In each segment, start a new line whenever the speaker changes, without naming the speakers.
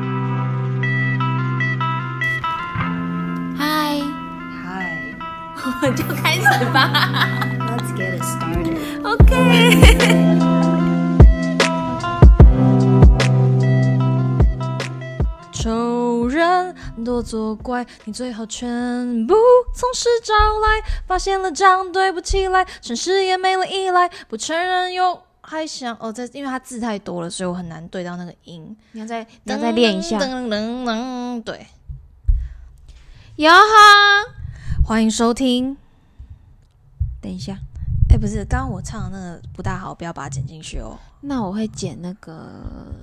们就开始吧。
Let's get it started.
OK。
仇人多作怪，你最好全部从实招来。发现了账对不起来，诚实也没了依赖，不承认又还想哦，这因为它字太多了，所以我很难对到那个音。
你要再你
那
要再练一下。
噔噔噔，对，
哟哈，
欢迎收听。
等一下，
哎，不是，刚刚我唱的那个不大好，不要把它剪进去哦。
那我会剪那个。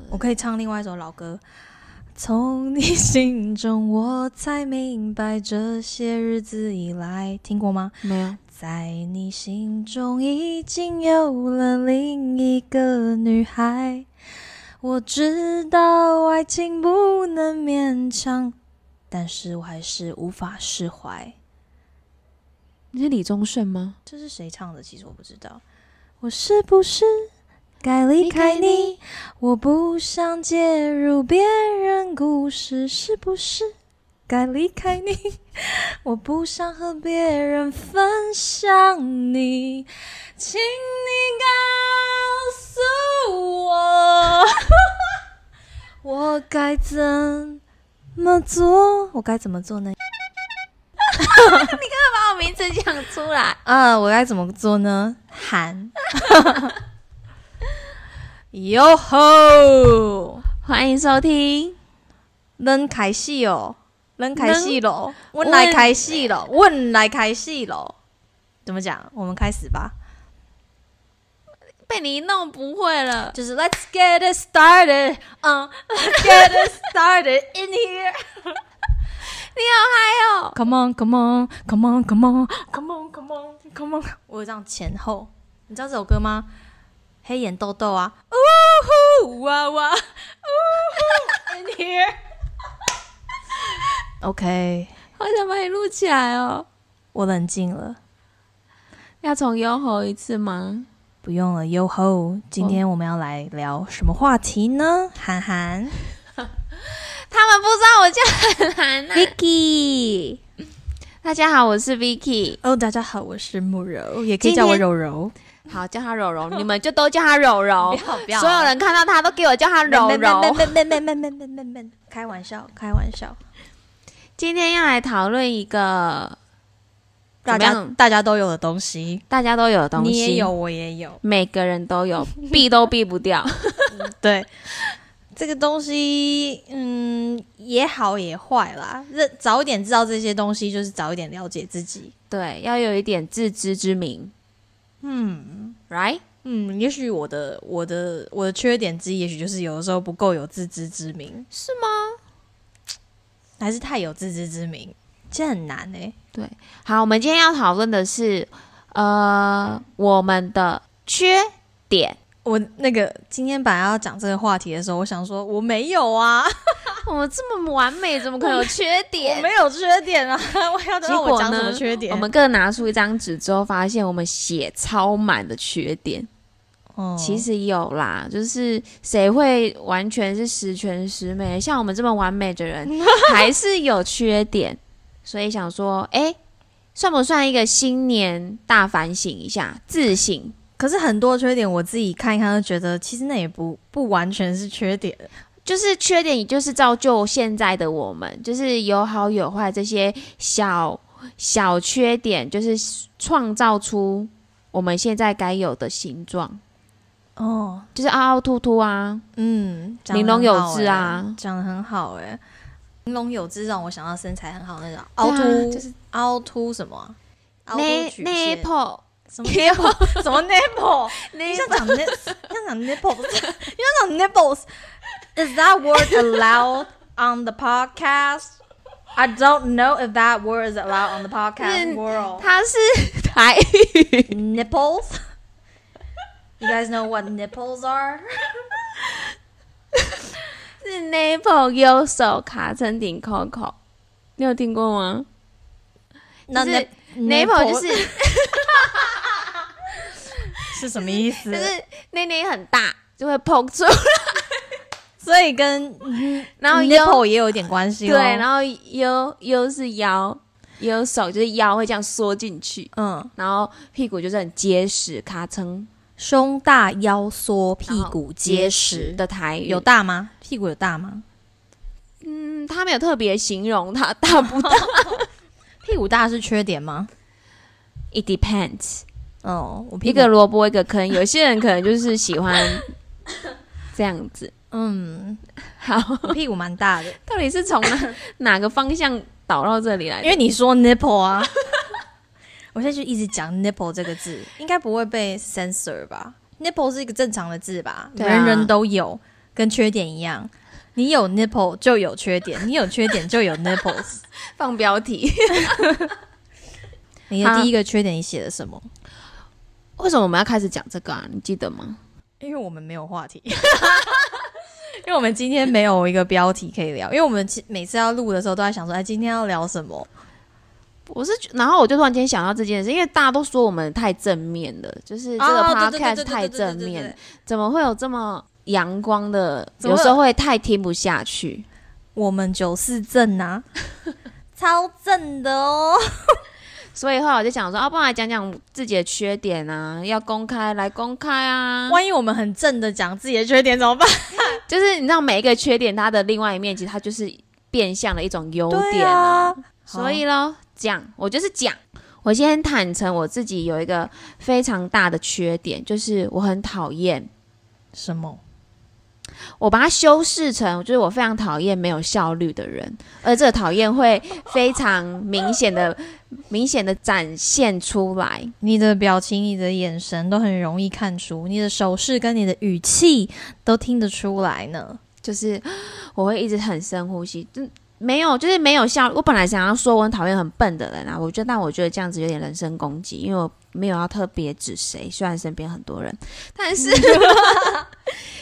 我可以唱另外一首老歌。从你心中，我才明白这些日子以来，听过吗？
没有，
在你心中已经有了另一个女孩，我知道爱情不能勉强，但是我还是无法释怀。
你是李宗盛吗？
这是谁唱的？其实我不知道。我是不是该离开你？我不想介入别人故事，是不是该离开你？我不想和别人分享你，请你告诉 我，我该怎么做？我该怎么 做呢？
把我名字讲出来。
啊，我该怎么做呢？ 喊，哟吼，
欢迎收听，
恁开始哦，恁开始咯，阮来开始咯，阮来开始咯。怎么讲？我们开始吧，
被你弄不会了。
就是 Let's get it started，嗯、l e t s get it started in here，Come
你好嗨哦！
on，Come on，Come on，Come on，Come on，Come on，Come on，我有这样前后，你知道这首歌吗？黑眼豆豆啊，呜呼哇哇，呜呼 in here。OK，
好想把你录起来哦。
我冷静了，
要从优吼一次吗？
不用了。Yo ho，今天我们要来聊什么话题呢？涵涵
他们不知道我叫很难啊。
，Vicky，
大家好，我是 Vicky，
哦，大家好，我是慕柔，也可以
今天
叫我柔柔。
好叫她柔柔，你们就都叫她柔 柔。
要不
所有人看到她都给我叫她柔柔。
没没没没没没没没没，开玩笑，开玩笑，
今天要来讨论一个
大
怎么
家
样
大家都有的东西，
大家都有的东西，
你也有，我也有。
每个人都有，避都避不掉。
对，这个东西，嗯，也好也坏啦。认早一点知道这些东西，就是早一点了解自己。
对，要有一点自知之明。嗯，right，
嗯，也许我的我的我的缺点之一，也许就是有的时候不够有自知之明，
是吗？
还是太有自知之明，这很难哎、
好，我们今天要讨论的是，呃，我们的缺点。
我那个今天本来要讲这个话题的时候，我想说我没有啊，
我们这么完美，怎么可能有缺
我
点？
没有缺点啊， 我要知道
结
我
果
讲什么
呢
缺点。
我们各拿出一张纸之后，发现我们写超满的缺点，
哦
其实有啦，就是谁会完全是十全十美？像我们这么完美 的人，还是有缺点，所以想说，哎、算不算一个新年大反省一下，自省？
可是很多缺点，我自己看一看都觉得，其实那也不不完全是缺点。
就是缺点，也就是造就现在的我们，就是有好有坏这些小小缺点，就是创造出我们现在该有的形状，
哦，
就是凹凹凸凸啊，
嗯，讲得
玲珑
很
有
好
致
欸
啊
讲的很好哎、玲珑有致让我想到身材很好那种凹
对啊
凸，
就是
凹凸什么啊？凹凸
内
曲
内
线
apple
什么 nipple 什么 nipple？你
内
想讲 n i 想讲 nipples，你想讲 nipples？Is that word allowed on the podcast? I don't know if that word is allowed on the podcast
嗯
world.
它是台
Nipples? You guys know what nipples are?
是内 apple 右手卡成顶 Coco，你有听过吗？
那
就是
nip-
nipple 就是
是什么意思
就是内内很大，就会碰出，
所以跟
然后
nipple 哦
右
也有一点关系
对，
咯
然后右右是腰，也有手，就是腰会这样缩进去，
嗯，
然后屁股就是很结实，咔蹭
胸大腰缩，屁
然
股
后
哦结实
的台语
有，大吗？屁股有大吗？
嗯，他没有特别形容它大 不大
屁股大是缺点吗？
，it depends，
哦，我屁
一
股
个萝卜一个坑，有些人可能就是喜欢这样子。
嗯，
好，
我屁股蛮大的，
到底是从哪哪个方向导到这里来
因
的？
为你说 nipple 啊， 我现在就一直讲 nipple 这个字，应该不会被 censor 吧？nipple 是一个正常的字吧？
对啊
人人都有，跟缺点一样。你有 nipple 就有缺点，你有缺点就有 nipples。
放标题。
你的第一个缺点你写的什么？
为什么我们要开始讲这个啊？你记得吗？
因为我们没有话题， 因为我们今天没有一个标题可以聊，因为我们其每次要录的时候都在想说，哎，今天要聊什么？
我是觉，然后我就突然间想到这件事，因为大家都说我们太正面了，就是这个
哦对对对对
podcast
对对
太
对
正
对对对
面，怎么会有这么阳光的？
怎么
有
会有
时候会太听不下去。
我们九四正 啊，超正的哦。
所以后来我就想说，啊，不然来讲讲自己的缺点啊，要公开来公开啊。
万一我们很正的讲自己的缺点怎么办？
就是你知道每一个缺点，它的另外一面，其实它就是变相的一种优
对
点
啊，
所以咯，讲我就是讲，我先坦诚我自己有一个非常大的缺点，就是我很讨厌，
什么？
我把它修饰成，就是我非常讨厌没有效率的人，而这个讨厌会非常明显的、明显的展现出来。
你的表情、你的眼神都很容易看出，你的手势跟你的语气都听得出来呢。
就是我会一直很深呼吸，就没有，就是没有效。我本来想要说我很讨厌很笨的人啊，我觉得，但我觉得这样子有点人身攻击，因为我没有要特别指谁，虽然身边很多人，但 是，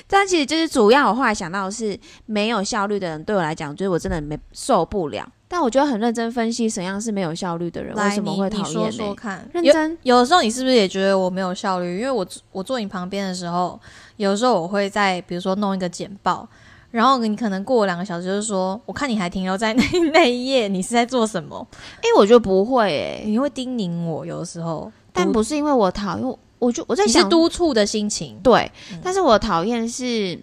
但其实就是主要我后来想到的是没有效率的人，对我来讲，就是我真的没受不了。但我就很认真分析什么样是没有效率的人，为
来，
什么
你
会
你
讨
说
厌
说
呢？
看，
认
有
真，
有的时候你是不是也觉得我没有效率？因为我我坐你旁边的时候，有的时候我会在比如说弄一个简报，然后你可能过两个小时就是说，我看你还停留在那那一 页，你是在做什么？
哎、我觉得不会哎、
你会叮咛我，有的时候，
但
督
不是因为我讨厌，我就我在
你是
想
督促的心情，
对，但是我讨厌是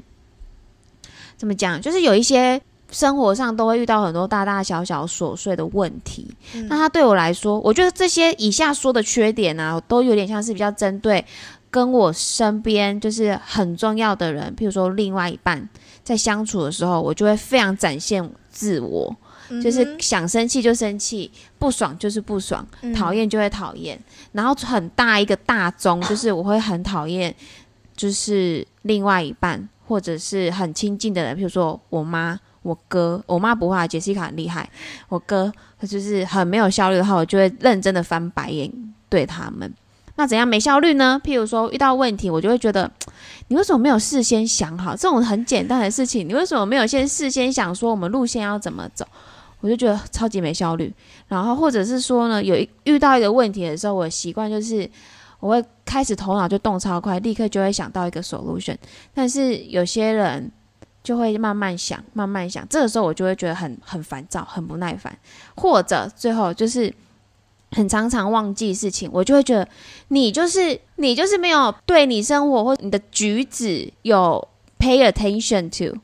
怎么讲，就是有一些生活上都会遇到很多大大小小琐碎的问题。那它对我来说，我觉得这些以下说的缺点啊，都有点像是比较针对跟我身边就是很重要的人，譬如说另外一半，在相处的时候，我就会非常展现自我。
嗯
就是想生气就生气，不爽就是不爽，讨厌就会讨厌。然后很大一个大宗就是我会很讨厌，就是另外一半或者是很亲近的人，譬如说我妈、我哥。我妈不怕，杰西卡很厉害。我哥他就是很没有效率的话，我就会认真的翻白眼对他们。那怎样没效率呢？譬如说遇到问题，我就会觉得你为什么没有事先想好这种很简单的事情？你为什么没有先事先想说我们路线要怎么走？我就觉得超级没效率。然后或者是说呢，有一遇到一个问题的时候，我的习惯就是我会开始头脑就动超快，立刻就会想到一个 solution。但是有些人就会慢慢想，慢慢想，这个时候我就会觉得很很烦躁，很不耐烦，或者最后就是。很常常忘记事情，我就会觉得你就是你就是没有对你生活或你的举止有 pay attention to，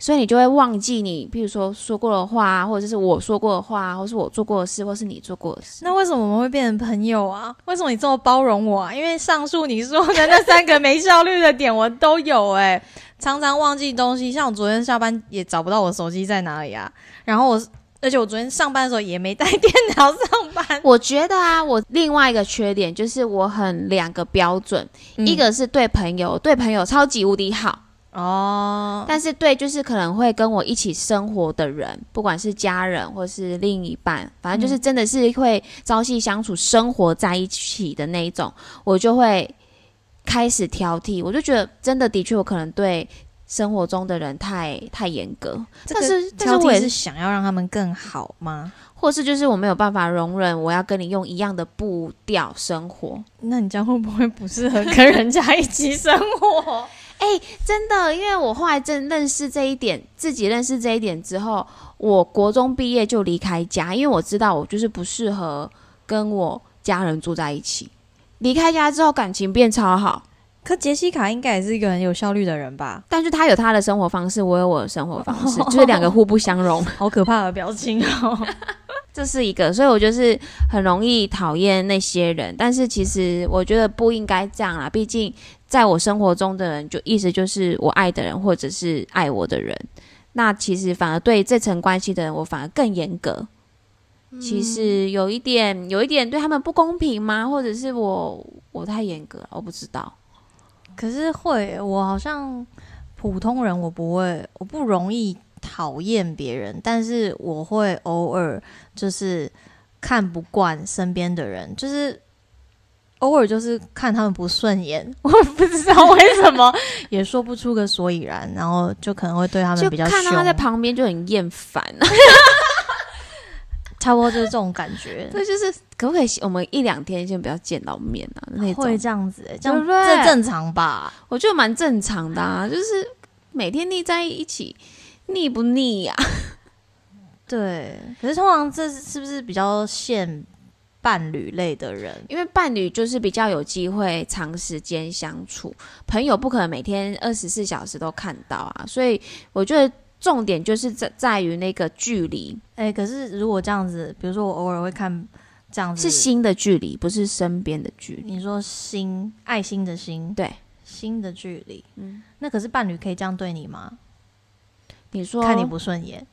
所以你就会忘记你，譬如说说过的话啊，或者是我说过的话啊，或是我做过的事，或是你做过的事。
那为什么我们会变成朋友啊？为什么你这么包容我啊？因为上述你说的那三个没效率的点，我都有哎、常常忘记东西。像我昨天下班也找不到我手机在哪里啊，然后我，而且我昨天上班的时候也没带电脑上班。
我觉得啊，我另外一个缺点就是我很两个标准，
嗯
一个是对朋友，对朋友超级无敌好，
哦，
但是对就是可能会跟我一起生活的人，不管是家人或是另一半，
嗯
反正就是真的是会朝夕相处、生活在一起的那一种，我就会开始挑剔。我就觉得真的的确，我可能对生活中的人太太严格，
这
但
个
是但
挑
是我
剔
也
是
是，
想要让他们更好吗？
或是就是我没有办法容忍我要跟你用一样的步调生活。
那你这样会不会不适合跟人家一起生活？
哎、真的，因为我后来真认识这一点，自己认识这一点之后，我国中毕业就离开家，因为我知道我就是不适合跟我家人住在一起。离开家之后，感情变超好，
可杰西卡应该也是一个很有效率的人吧？
但是他有他的生活方式，我有我的生活方式，就是两个互不相容，
好可怕的表情哦！
这是一个。所以我就是很容易讨厌那些人，但是其实我觉得不应该这样啦，毕竟在我生活中的人，就意思就是我爱的人或者是爱我的人。那其实反而对这层关系的人，我反而更严格。其实有一点，有一点对他们不公平吗？或者是我我太严格了，我不知道。
可是会，我好像普通人，我不会，我不容易讨厌别人，但是我会偶尔就是看不惯身边的人，就是偶尔就是看他们不顺眼，我也不知道为什么，也说不出个所以然，然后就可能会对他
就
们比较
看到他
凶
在旁边就很厌烦 啊。。
差不多就是这种感觉
对，就是可不可以我们一两天先不要见到面啊？那
会
种
这样子、欸，这样
对不对
这正常吧？
我觉得蛮正常的啊，就是每天腻在一起，腻不腻啊呀、
对，可是通常这是不是比较限伴侣类的人？
因为伴侣就是比较有机会长时间相处，朋友不可能每天二十四小时都看到啊，所以我觉得重点就是在在于那个距离，
哎、可是如果这样子，比如说我偶尔会看这样子，
是心的距离，不是身边的距离。
你说心爱心的心，
对，
心的距离，嗯，那可是伴侣可以这样对你吗？
你说
看你不顺眼，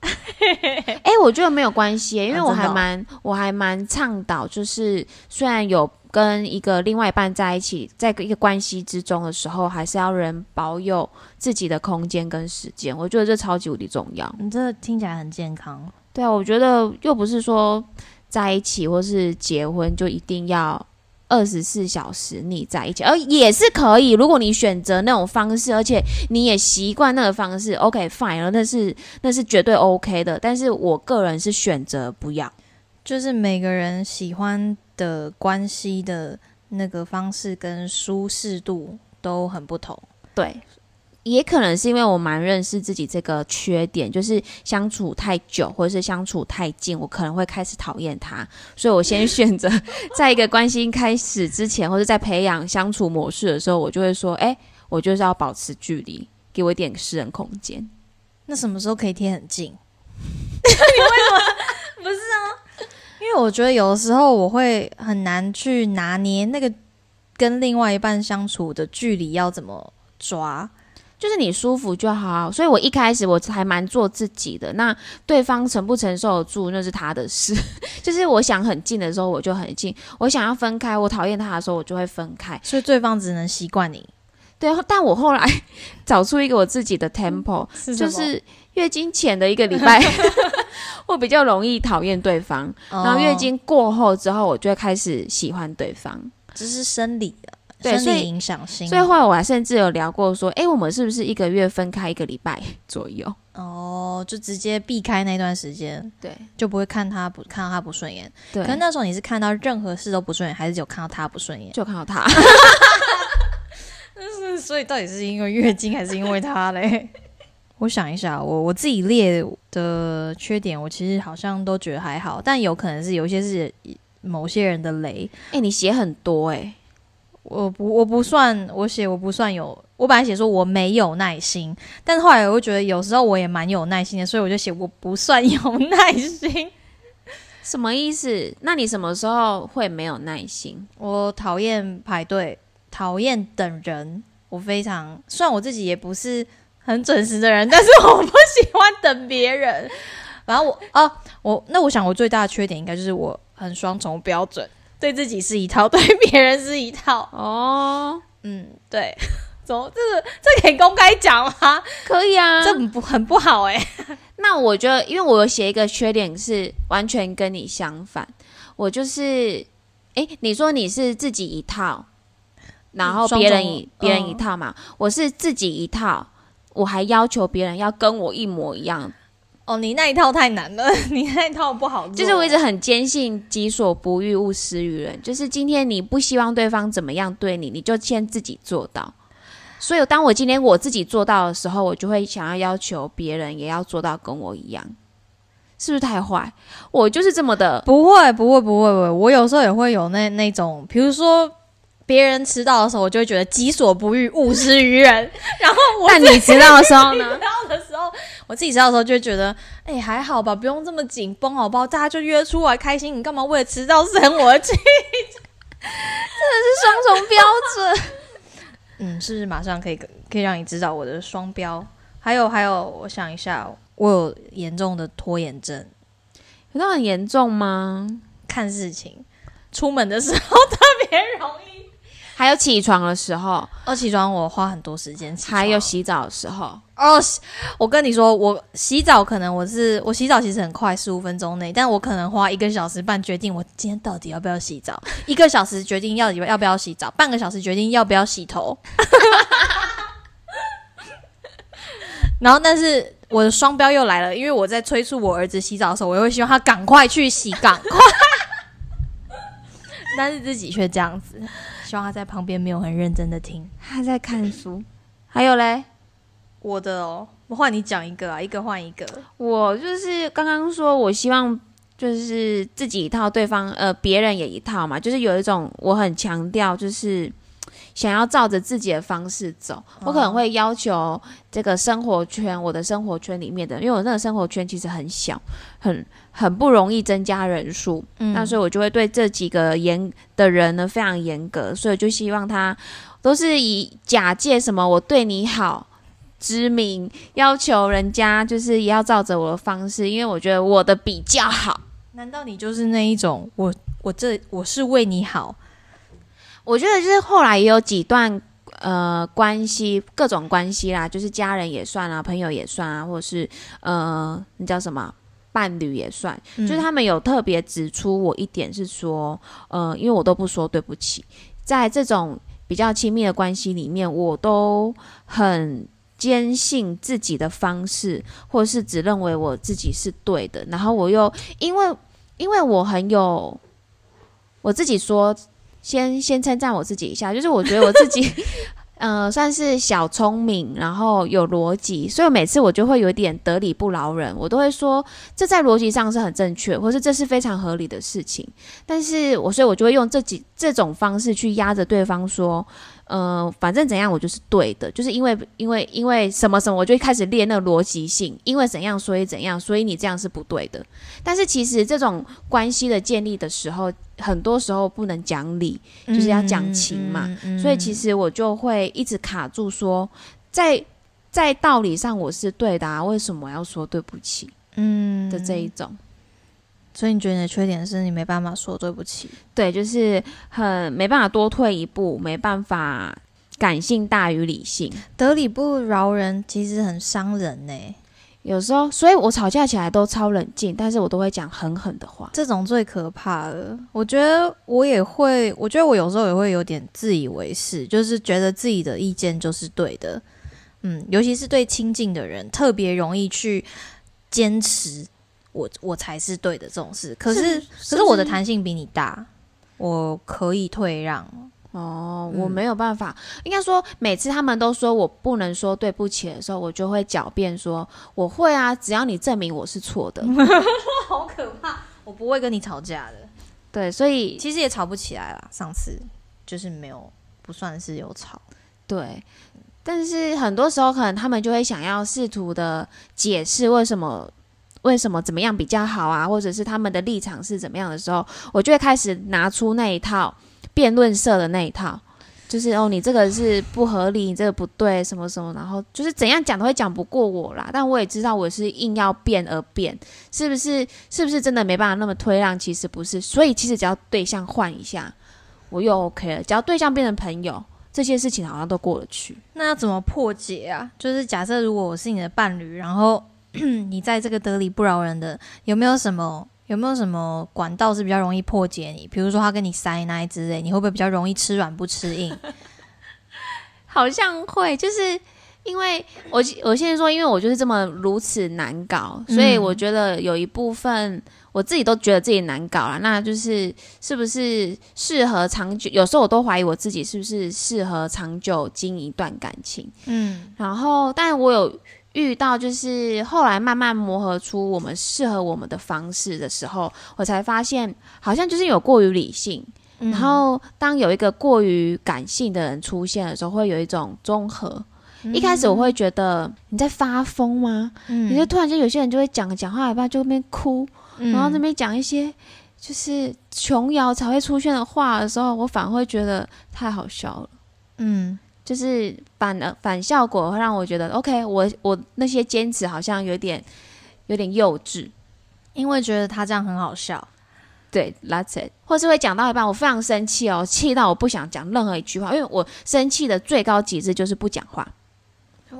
哎、我觉得没有关系耶，因为
啊
我
真的
还
哦
蛮、我还蛮倡导，就是虽然有跟一个另外一半在一起，在一个关系之中的时候，还是要人保有自己的空间跟时间。我觉得这超级无敌重要。
你这听起来很健康，
对啊，我觉得又不是说在一起或是结婚就一定要。二十四小时腻在一起，而也是可以。如果你选择那种方式，而且你也习惯那个方式，OK fine，那是那是绝对 OK 的。但是我个人是选择不要。
就是每个人喜欢的关系的那个方式跟舒适度都很不同。
对，也可能是因为我蛮认识自己这个缺点，就是相处太久或者是相处太近，我可能会开始讨厌他，所以我先选择 在一个关系开始之前，或者在培养相处模式的时候，我就会说，哎、我就是要保持距离，给我一点私人空间。
那什么时候可以贴很 近？你为什么不是啊？因为我觉得有的时候我会很难去拿捏那个跟另外一半相处的距离要怎么抓。
就是你舒服就好，所以我一开始我还蛮做自己的。那对方承不承受得住，那是他的事。 就是我想很近的时候，我就很近；我想要分开，我讨厌他的时候，我就会分开。
所以对方只能习惯你，
对，啊但我后来 找出一个我自己的 tempo，
是
嗯就是月经前的一个礼 拜，我比较容易讨厌对方，
呃
然后月经过后之后，我就会开始喜欢对方。
只是生理的，
对
生
所
理
以
影响心理。
所以后来我还甚至有聊过说，诶，我们是不是一个月分开一个礼拜 左右？
哦，就直接避开那段时间，
对
就不会看他不看到他不顺眼。
对
可是，那时候你是看到任何事都不顺眼，还是只有看到他不顺眼？
就看到他。
是， 所以到底是因为月经还是因为它嘞？ 我想一下，我我自己列的缺点，我其实好像都觉得还好，但有可能是有一些是某些人的雷。
诶，你写很多诶，
我不我不算，我写我不算有，我本来写说我没有耐心，但是后来我又觉得有时候我也蛮有耐心的，所以我就写我不算有耐心。
什么意思？那你什么时候会没有耐心？
我讨厌排队，讨厌等人。我非常，虽然我自己也不是很准时的人，但是我不喜欢等别人。 然后我哦、我那我想我最大的缺点应该就是我很双重标准，对自己是一套，对别人是一套。
哦，
嗯，对。 怎么这个这可以公开讲吗？
可以啊，
这很不很不好哎、
那我觉得，因为我有写一个缺点是完全跟你相反，我就是，诶，你说你是自己一套，然后
嗯双
别人
重
一别人一
嗯
套嘛，我是自己一套，我还要求别人要跟我一模一样，
哦，你那一套太难了， 你那一套不好做。
就是我一直很坚信“己所不欲，勿施于人”，就是今天你不希望对方怎么样对你，你就先自己做到。所以当我今天我自己做到的时候，我就会想要要求别人也要做到跟我一样，是不是太坏？我就是这么的，
不会，不会，不会，不会。我有时候也会有那那种，比如说别人迟到的时候，我就会觉得己所不欲，勿施于人。 然后我
但你知道的时候 呢
迟？到的时候，我自己迟到的时候就会觉得，哎、还好吧，不用这么紧绷，好不好？大家就约出来开心，你干嘛为了迟到生 我气？
是双重标准。
嗯，是不是马上可以可以让你知道我的双标？还有还有，我想一下，哦我有严重的拖延症，
有到很严重吗？
看事情，出门的时 候特别容易。
还有起床的时候，
哦，起床我花很多时间起床，
还有洗澡的时候，
哦，洗我跟你说，我洗澡可能我是我洗澡其实很快，十五分钟内，但我可能花一个小时半决定我今天到底要不要洗澡，一个小时决定要要不要洗澡，半个小时决定要不要洗头。 然后，但是我的双标又来了，因为我在催促我儿子洗澡的时候，我又会希望他赶快去洗，赶快。 但是自己却这样子，希望他在旁边没有很认真的听。
他在看书。还有嘞，
我的哦，我换你讲一个啊，一个换一个。
我就是刚刚说，我希望就是自己一套，对方呃别人也一套嘛，就是有一种我很强调，就是想要照着自己的方式走。我可能会要求这个生活圈，我的生活圈里面的，因为我那个生活圈其实很小，很很不容易增加人数，
嗯
那所以我就会对这几个严的人呢非常严格，所以我就希望他都是以假借什么我对你好之名，要求人家就是也要照着我的方式，因为我觉得我的比较好。
难道你就是那一种我我这我是为你好？
我觉得就是后来也有几段呃关系，各种关系啦，就是家人也算啊，朋友也算啊，或者是呃那叫什么啊伴侣也算，
嗯
就是他们有特别指出我一点是说，呃，因为我都不说对不起，在这种比较亲密的关系里面，我都很。坚信自己的方式，或是只认为我自己是对的，然后我又因为因为我很有我自己说先先称赞我自己一下，就是我觉得我自己，呃，算是小聪明，然后有逻辑，所以每次我就会有点得理不饶人，我都会说这在逻辑上是很正确，或是这是非常合理的事情，但是我所以我就会用这几这种方式去压着对方说。呃，反正怎样我就是对的，就是因为因为因为什么什么，我就会开始列那个逻辑性，因为怎样所以怎样，所以你这样是不对的。但是其实这种关系的建立的时候，很多时候不能讲理，就是要讲情嘛
嗯
所以其实我就会一直卡住说，在在道理上我是对的、啊，为什么要说对不起
嗯
的这一，种？
所以你觉得你的缺点是你没办法说对不起？
对，就是很没办法多退一步，没办法感性大于理性。
得理不饶人其实很伤人欸呢、
有时候，所以我吵架起来都超冷静，但是我都会讲狠狠的话。
这种最可怕了。我觉得我也会，我觉得我有时候也会有点自以为是，就是觉得自己的意见就是对的。嗯，尤其是对亲近的人，特别容易去坚持我我才是对的这种事。可是可 是我的弹性比你大，我可以退让。
哦，我没有办法。应该说，每次他们都说我不能说对不起的时候，我就会狡辩说我会啊，只要你证明我是错 的。
好可怕！我不会跟你吵架的，
对，所以
其实也吵不起来啦。上次就是没有，不算是有吵。
对，但是很多时候可能他们就会想要试图的解释为什么。为什么怎么样比较好啊？或者是他们的立场是怎么样的时候，我就会开始拿出那一套辩论社的那一套，就是哦，你这个是不合理，你这个不对，什么什么，然后就是怎样讲都会讲不过我啦。但我也知道我是硬要辩而辩，是不是？是不是真的没办法那么推让？其实不是，所以其实只要对象换一下，我又 OK 了。只要对象变成朋友，这些事情好像都过得去。
那要怎么破解啊？就是假设如果我是你的伴侣，然后 你在这个得理不饶人的，有没有什么有没有什么管道是比较容易破解你？比如说他跟你塞奶之 类，你会不会比较容易吃软不吃硬？
好像会，就是因为我我现在说，因为我就是这么如此难搞，所以我觉得有一部分我自己都觉得自己难搞了，那就是是不是适合长久？有时候我都怀疑我自己是不是适合长久经营一段感情。
嗯
然后，但我有遇到，就是后来慢慢磨合出我们适合我们的方式的时候，我才发现好像就是有过于理性。
嗯
然后，当有一个过于感性的人出现的时候，会有一种综合。
嗯
一开始我会觉得你在发疯吗？你就突然间有些人就会讲讲话一半就那边哭，
嗯
然后那边讲一些就是琼瑶才会出现的话的时候，我反而会觉得太好笑了。
嗯
就是反呃反效果会让我觉得，OK，我我那些坚持好像有点有点幼稚，
因为觉得他这样很好笑，
对，That's it，或是会讲到一半，我非常生气哦，气到我不想讲任何一句话，因为我生气的最高极致就是不讲话。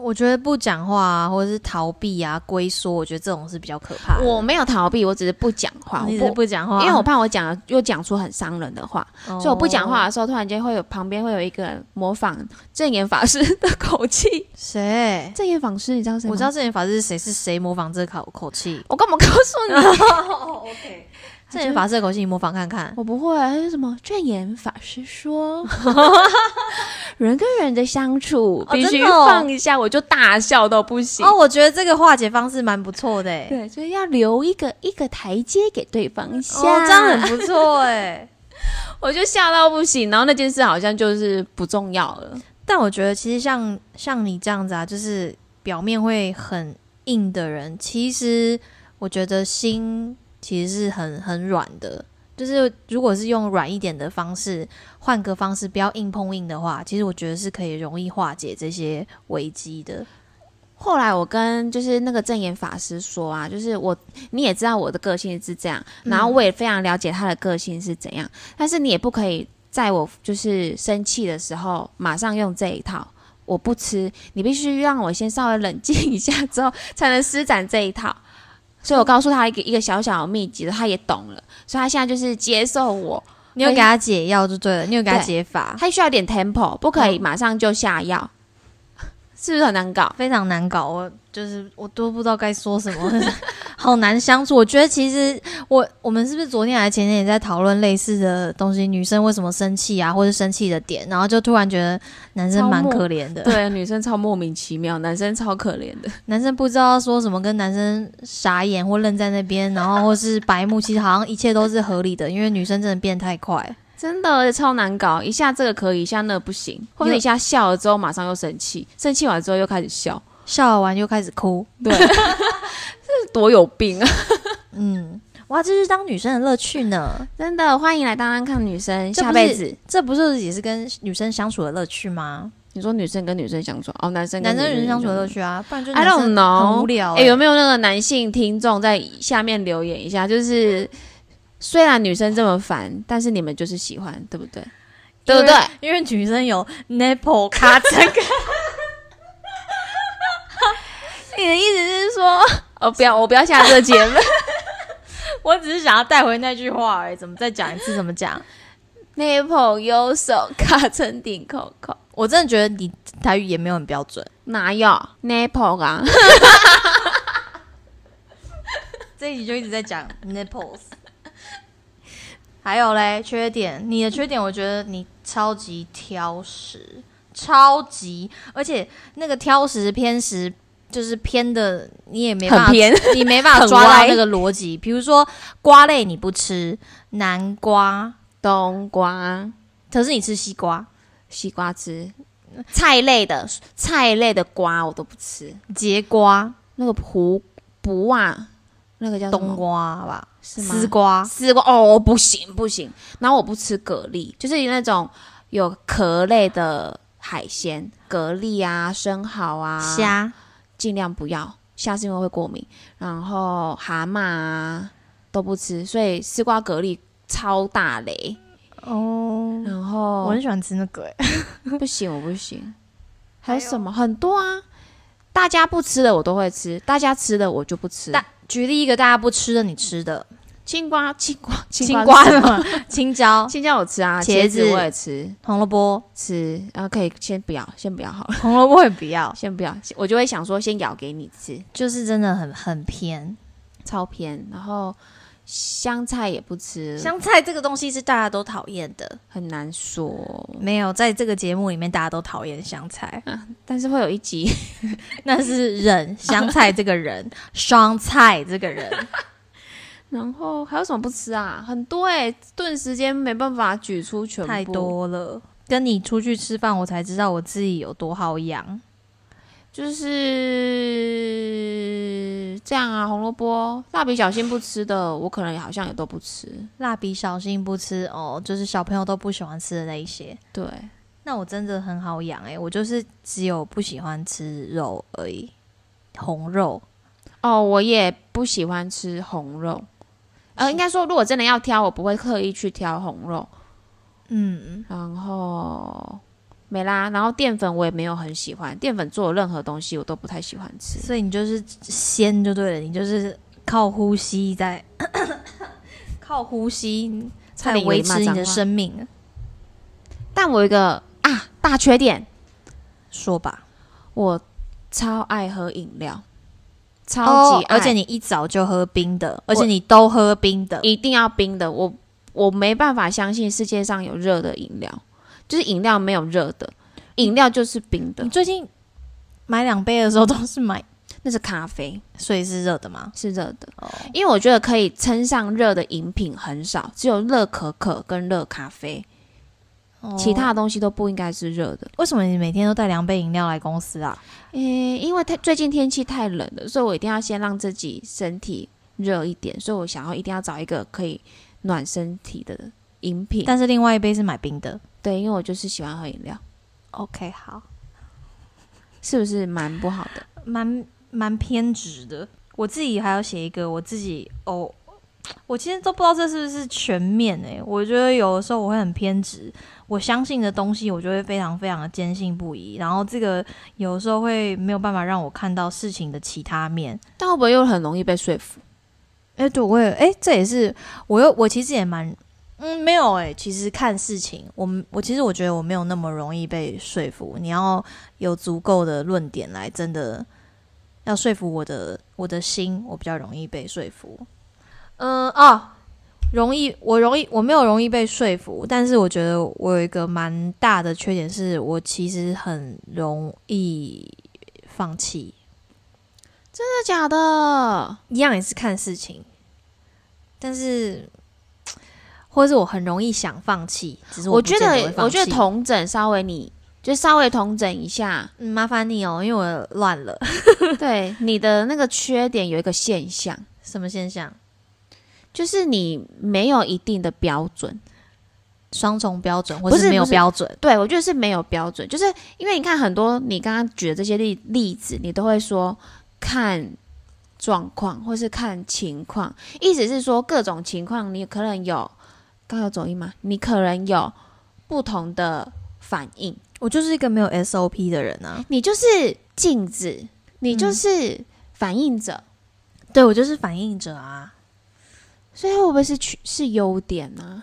我觉得不讲话啊，或者是逃避啊、龟缩，我觉得这种是比较可怕的。
我没有逃避，我只是不讲话，
嗯你
我
是不讲话，
因为我怕我讲了又讲出很伤人的话，
哦
所以我不讲话。的时候，突然间会有旁边会有一个人模仿正言法师的口气。
谁？
正言法师，你知道谁吗？
我知道正言法师是谁，是谁模仿这口口气？
我干嘛告诉你？
OK，正言法师的口气你模仿看看。
我不会，还是什么正言法 师说，人跟人的相处
哦
必须
真的哦
放一下，我就大笑到不行。
哦，我觉得这个化解方式蛮不错的欸，
对，所以要留一个一个台阶给对方下，
哦，这样很不错哎。
我就笑到不行。然后那件事好像就是不重要了。
但我觉得其实像像你这样子啊，就是表面会很硬的人，其实我觉得心其实是很很软的。就是如果是用软一点的方式，换个方式，不要硬碰硬的话，其实我觉得是可以容易化解这些危机的。
后来我跟就是那个正言法师说啊，就是我你也知道我的个性是这样，然后我也非常了解他的个性是怎样，但是你也不可以在我就是生气的时候马上用这一套。我不吃，你必须让我先稍微冷静一下之后，才能施展这一套。所以我告诉他一个一个小小的秘籍，他也懂了，所以他现在就是接受我，
你有给他解药就对了，你有给他
对
解法，
他需要一点 tempo，不可以马上就下药， 是不是很难搞？
非常难搞，我就是我都不知道该说什么， 好难相处。我觉得其实我我们是不是昨天还前天也在讨论类似的东西？女生为什么生气啊，或者生气的点，然后就突然觉得男生蛮可怜的，
对，女生超莫名其妙，男生超可怜的。
男生不知道说什么，跟男生傻眼或愣在那边，然后或是白目，其实好像一切都是合理的，因为女生真的变太快。
真的超难搞，一下这个可以，一下那个不行，或者一下笑了之后马上又生气，生气完之后又开始笑，
笑完又开始哭，
对，这多有病啊！
嗯，哇，这是当女生的乐趣呢。
真的，欢迎来当当看女生，
这不
下
是
辈子
这不是也是跟女生相处的乐趣吗？
你说女生跟女生相处哦，男生跟
男生
女
女生相处的乐
处。
趣啊，不然就
I
男生
don't know，
很无聊、
哎、
欸。
有没有那个男性听众在下面留言一下？就是虽然女生这么烦，但是你们就是喜欢，对不对？对不对？
因为女生有 nipple 卡这个，
你的意思是说， 哦，不要，我不要下这个结 论。
我只是想要带回那句话而已。怎么再讲一次？怎么讲？
那捧右手卡成顶扣扣，
我真的觉得你台语也没有很标准。
哪有 nipple 啊？
这一集就一直在讲 nipples。还有嘞，缺点，你的缺点，我觉得你超级挑食，超级，而且那个挑食偏食就是偏的，你也没办法
很偏，
你没办法
很
抓到
歪
那个逻辑。比如说瓜类你不吃，南瓜，
冬瓜、
可是你吃西瓜，
西瓜汁，菜类的菜类的瓜我都不吃，
节瓜、
那个胡不啊，那个叫什么
冬瓜吧，
是吗？
丝瓜，
丝瓜哦，不行不行。然后我不吃蛤蜊，就是那种有壳类的海鲜，蛤蜊啊、生蚝啊、
虾，
尽量不要，虾是因为会过敏，然后蛤蟆啊都不吃，所以丝瓜蛤蜊超大雷，
哦，
然
我
后
很喜欢吃那个、欸，
不行我不行，还有什么很多啊，大家不吃的我都会吃，大家吃的我就不吃，
大举例一个大家不吃的，你吃的，
青瓜， 青瓜，
青
瓜
瓜
是
什
什么，
么？青 椒、
青椒我吃啊，
茄
茄
子
子我也吃，
红萝卜、
吃，然后可以先不要，先不要好了，
红萝卜也不要，
先不要，我就会想说先咬给你吃，
就是真的很很偏。
超偏，然后香菜也不吃，
香菜这个东西是大家都讨厌的，
很难说，
没有在这个节目里面大家都讨厌香菜，
但是会有一集
那是人香菜这个人，香菜这个人，
然后还有什么不吃啊？很多哎、顿时间没办法举出全部，
太。多了。跟你出去吃饭，我才知道我自己有多好养。
就是这样啊，红萝卜、蜡笔小新不吃的，我可能也好像也都不吃。
蜡笔小新不吃哦，就是小朋友都不喜欢吃的那一些。
对，
那我真的很好养诶、我就是只有不喜欢吃肉而已，红肉。
哦，我也不喜欢吃红肉。呃，应该说，如果真的要挑，我不会刻意去挑红肉。
嗯，
然后没啦，然后淀粉我也没有很喜欢，淀粉做的任何东西我都不太喜欢吃。
所以你就是鲜就对了，你就是靠呼吸在， 靠呼吸
差
在
点以为
维持
骂
你
脏
的
话
生命。
但我有一个啊大缺点，
说吧，
我超爱喝饮料，超
哦
级爱，
而且你一早就喝冰的，而且你都喝冰的，
一定要冰的。我我没办法相信世界上有热的饮料，就是饮料没有热的，饮料就是冰的
你，最近买两杯的时候都是买，
那是咖啡，
所以是热的吗？
是热的。
哦，
因为我觉得可以称上热的饮品很少，只有热可可跟热咖啡，其他的东西都不应该是热的。
哦为什么你每天都带两杯饮料来公司啊？
嗯诶、因为太最近天气太冷了，所以我一定要先让自己身体热一点，所以我想要一定要找一个可以暖身体的饮品。
但是另外一杯是买冰的。
对，因为我就是喜欢喝饮料，
OK，好，
是不是蛮不好的？
蛮蛮偏执的。我自己还要写一个，我自己哦，我其实都不知道这是不是全面诶、我觉得有的时候我会很偏执，我相信的东西，我就会非常非常的坚信不疑。然后这个有的时候会没有办法让我看到事情的其他面。
但会不会又很容易被说服？
哎、对，我也哎、这也是我又我其实也蛮嗯没有哎、其实看事情，我们我其实我觉得我没有那么容易被说服。你要有足够的论点来真的要说服我的我的心，我比较容易被说服。嗯哦，容易我容易我没有容易被说服，但是我觉得我有一个蛮大的缺点是，我其实很容易放弃。
真的假的？
一样也是看事情，但是或者是我很容易想放弃，只是
我
不
觉
见会
得，
放
我觉得
弃，
同整稍微你就稍微同整一下
嗯麻烦你哦，因为我乱了。
对你的那个缺点有一个现象，
什么现象？
就是你没有一定的标准。
双重标准，或
不
是
是
没有
不是
标准？
对，我觉得是没有标准，就是因为你看很多你刚刚举的这些例例子，你都会说看状况或是看情况，意思是说各种情况你可能有刚有走音吗？你可能有不同的反应，
我就是一个没有 SOP 的人啊。
你就是镜子，你
嗯
就是反应者，
对我就是反应者啊。
所以会不会是缺是优点呢、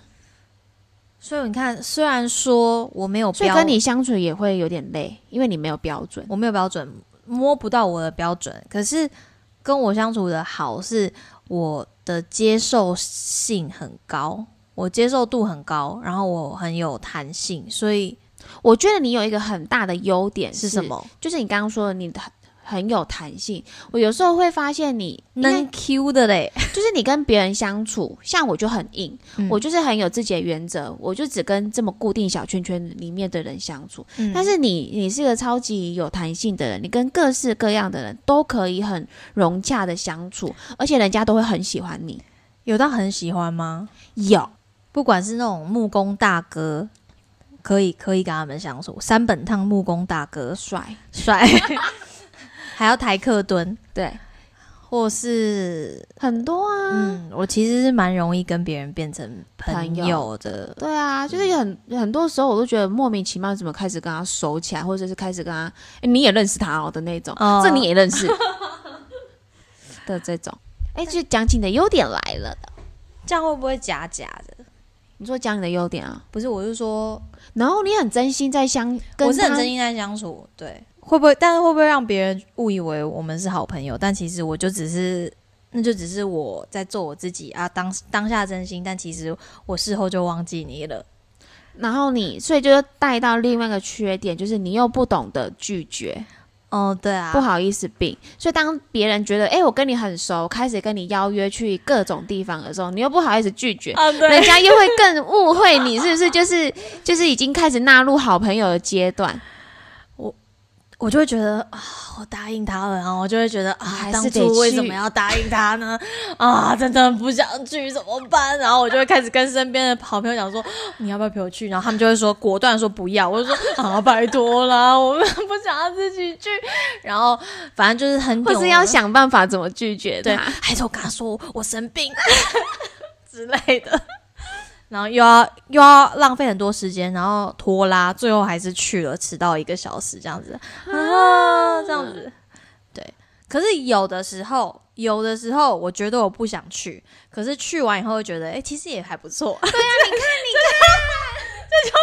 所以你看，虽然说我没有
所以
标，
跟你相处也会有点累，因为你没有标准。
我没有标准，摸不到我的标准。可是跟我相处的好是我的接受性很高，我接受度很高，然后我很有弹性，所以
我觉得你有一个很大的优点
是什？么？
就是你刚刚说的，你很很有弹性。我有时候会发现你，
能 Q 的嘞，
就是你跟别人相处，像我就很硬，
嗯
我就是很有自己的原则，我就只跟这么固定小圈圈里面的人相处。
嗯
但是你，你是一个超级有弹性的人，你跟各式各样的人都可以很融洽的相处，而且人家都会很喜欢你。
有到很喜欢吗？
有，
不管是那种木工大哥，可以可以跟他们相处，三本烫木工大哥
帅，
帅， 还要台克蹲，
对，
或是
很多啊。
嗯，我其实是蛮容易跟别人变成朋
朋
友的，
对啊，就是有很很多时候我都觉得莫名其妙，怎么开始跟他熟起来，或者是开始跟他，诶你也认识他哦的那种，
哦
这你也 认识的这种。哎、就讲起你的优点来了，
这样会不会假假的？
你说讲你的优点啊，
不是，我是说，
然后你很真心在相，跟
我是很
他
真心在相处，对，会不会？但是会不会让别人误以为我们是好朋友？但其实我就只是，那就只是我在做我自己啊，当当下真心，但其实我事后就忘记你了。
然后你所以就带到另外一个缺点，就是你又不懂得拒绝，
哦，对啊，
不，好意思病。所以当别人觉得哎、诶我跟你很熟，开始跟你邀约去各种地方的时候，你又不好意思拒绝，
啊，
人
对，
家又会更误会你是不是？就是就是已经开始纳入好朋友的阶段，
我就会觉得啊，我答应他了，然后我就会觉得啊，
还
当
是得
初为什
去
么要答应他呢？啊，真的不想去怎么办？然后我就会开始跟身边的好朋友讲说，你要不要陪我去？然后他们就会说果断说不要，我就说啊，拜托啦，我们不想要自己去。然后反正就是很
或
久
是要
了
想办法怎么拒绝
对，
他。
还是我跟他说我生病 之类的，然后又要又要浪费很多时间，然后拖拉，最后还是去了，迟到一个小时这样子啊，这样子。对，可是有的时候，有的时候我觉得我不想去，可是去完以后又觉得，哎、其实也还不错。对啊， 你看，你看。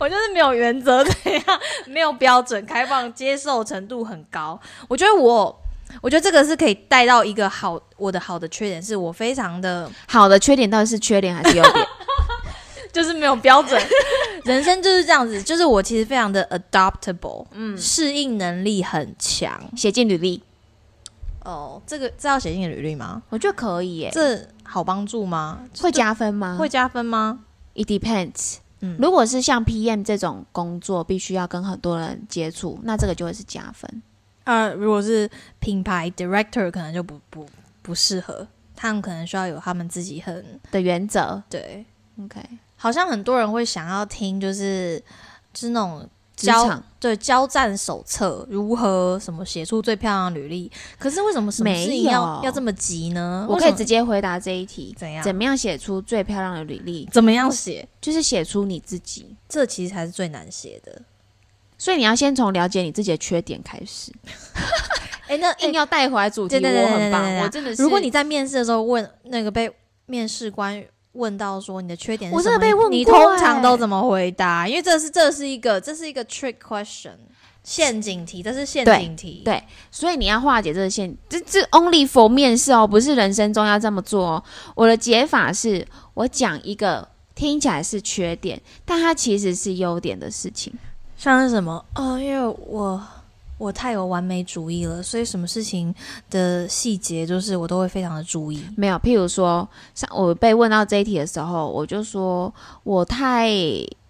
我就是没有原则，这样没有标准，开放接受程度很高。我觉得我我觉得这个是可以带到一个好我的好的缺点，是我非常的
好的缺点到底是缺点还是优点？
就是没有标准， 人生就是这样子，就是我其实非常的 adaptable，嗯，适应能力很强。
写进履历，
哦，这个这要写进履历吗？
我觉得可以耶、
这好帮助吗？
会加分吗？
会加分吗？
，it depends。
嗯
如果是像 PM 这种工作，必须要跟很多人接触，那这个就会是加分。
呃，如果是品牌 director，可能就不不不适合，他们可能需要有他们自己很
的原则。
对。
OK，
好像很多人会想要听，就是就是那种
职
交
场
对交战手册如何什么写出最漂亮的履历？可是为什么什么事情
没
要
有
要这么急呢？嗯
我
为
可
什
以
么
直接回答这一题：
怎样
怎么样写出最漂亮的履历？
怎么样写？
就是写出你自己。
这其实才是最难写的。
所以你要先从了解你自己的缺点开始，
哎，那哎，
硬要带回来主
对
题，
对对
我
对
很
对
棒
对，对
我真的是。
如果你在面试的时候问那个被面试官问到说你的缺点是
我
什
真
么，
的被问
你
过
通常
哎
都怎么回答？因为这是这是一个这是一个 trick question 陷阱题，这是陷
对
阱题。
对所以你要化解这个陷，这这 only for 面试哦，不是人生中要这么做哦。我的解法是我讲一个听起来是缺点，但它其实是优点的事情。
像是什么？哦，因为我我太有完美主义了，所以什么事情的细节就是我都会非常的注意。
没有，譬如说，像我被问到这一题的时候，我就说我太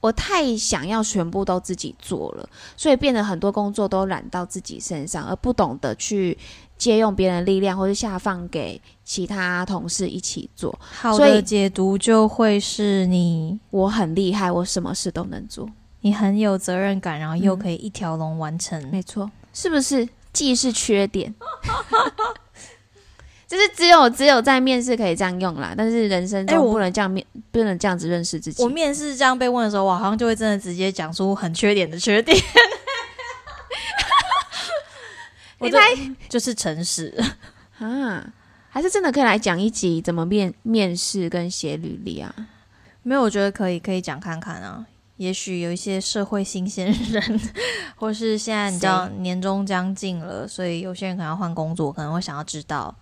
我太想要全部都自己做了，所以变得很多工作都揽到自己身上，而不懂得去借用别人的力量，或是下放给其他同事一起做。
好
所以
的解读就会是你
我很厉害，我什么事都能做。
你很有责任感，然后又可以一条龙完成。
没错，是不是？既是缺点， 就是只有只有在面试可以这样用啦，但是人生
哎
中
我
不能这样面，不能这样子认识自己
我。面试这样被问的时候，我好像就会真的直接讲出很缺点的缺点。 我
你
就嗯就是诚实，
啊，还是真的可以来讲一集怎么面面试跟写履历啊？
没有，我觉得可以可以讲看看啊。也许有一些社会新鲜人， 或是现在你知道年终将近了，所以有些人可能要换工作，可能会想要知道，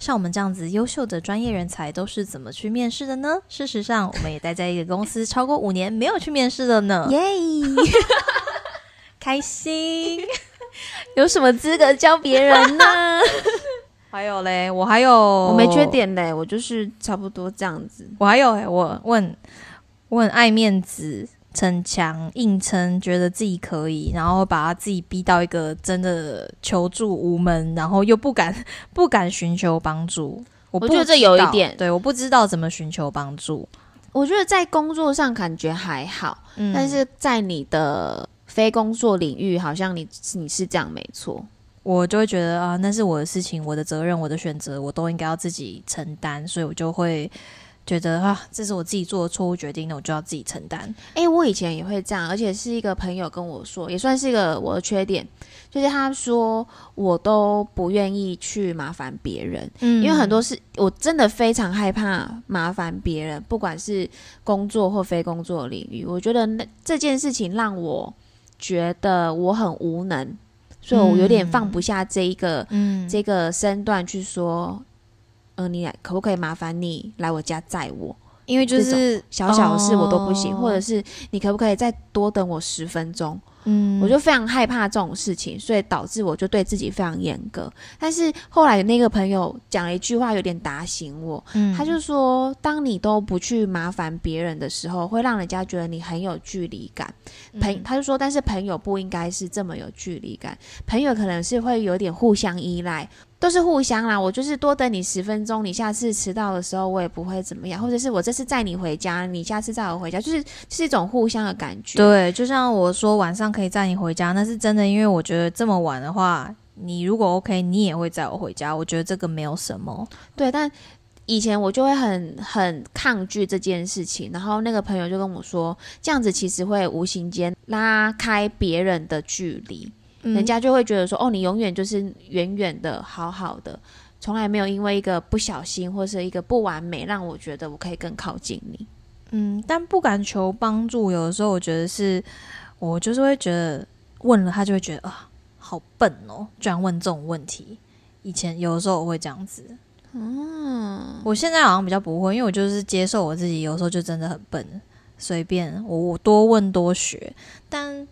像我们这样子优秀的专业人才都是怎么去面试的呢？事实上，我们也待在一个公司超过五年，没有去面试的呢，
耶、
开心。
有什么资格教别人呢？
还有嘞，我还有
我没缺，点嘞，我就是差不多这样子。
我还有欸我问我很爱面子，逞强，硬撑，觉得自己可以，然后把自己逼到一个真的求助无门，然后又不敢 不敢寻求帮助。我
我
不
觉得这
知
有一
道
点
对，我不知道怎么寻求帮助。
我觉得在工作上感觉还好，
嗯
但是在你的非工作领域，好像你你是这样没错。
我就会觉得啊，那是我的事情，我的责任，我的选择，我都应该要自己承担，所以我就会觉得啊，这是我自己做的错误决定，那我就要自己承担。
哎、我以前也会这样，而且是一个朋友跟我说，也算是一个我的缺点，就是他说我都不愿意去麻烦别人，
嗯
因为很多事我真的非常害怕麻烦别人，不管是工作或非工作领域，我觉得那这件事情让我觉得我很无能，所以我有点放不下这一个、
嗯
这个身段去说，呃，你来可不可以麻烦你来我家载我？
因为就
这种
是
小小的事我都不行，
哦
或者是你可不可以再多等我十分钟？
嗯，
我就非常害怕这种事情，所以导致我就对自己非常严格。但是后来那个朋友讲了一句话，有点打醒我，
嗯
他就说：当你都不去麻烦别人的时候，会让人家觉得你很有距离感。
嗯
朋、他就说，但是朋友不应该是这么有距离感，朋友可能是会有点互相依赖。都是互相啦，我就是多等你十分钟，你下次迟到的时候我也不会怎么样，或者是我这次载你回家，你下次载我回家，就是是一种互相的感觉。
对，就像我说晚上可以载你回家，那是真的，因为我觉得这么晚的话，你如果 OK，你也会载我回家，我觉得这个没有什么。
对，但以前我就会很很抗拒这件事情，然后那个朋友就跟我说，这样子其实会无形间拉开别人的距离，
嗯
人家就会觉得说，哦，你永远就是远远的、好好的，从来没有因为一个不小心或是一个不完美，让我觉得我可以更靠近你。
嗯，但不敢求帮助，有的时候我觉得是，我就是会觉得问了他就会觉得啊，好笨哦，居然问这种问题。以前有的时候我会这样子，嗯，我现在好像比较不会，因为我就是接受我自己，有时候就真的很笨，随便我我多问多学，但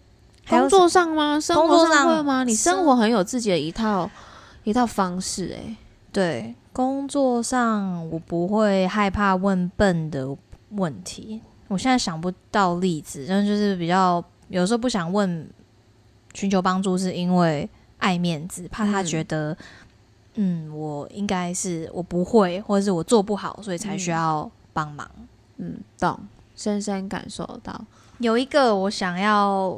还有
工作上吗？生
工
活
作上
会吗？你生
生
活很有自己的一套一套方式、欸，
对，工作上我不会害怕问笨的问题。我现在想不到例子，但就是比较有时候不想问寻求帮助，是因为爱面子，怕他
嗯
觉得嗯我应该是我不会，或者是我做不好，所以才需
嗯
要帮忙。
嗯，懂，深深感受到，
有一个我想要，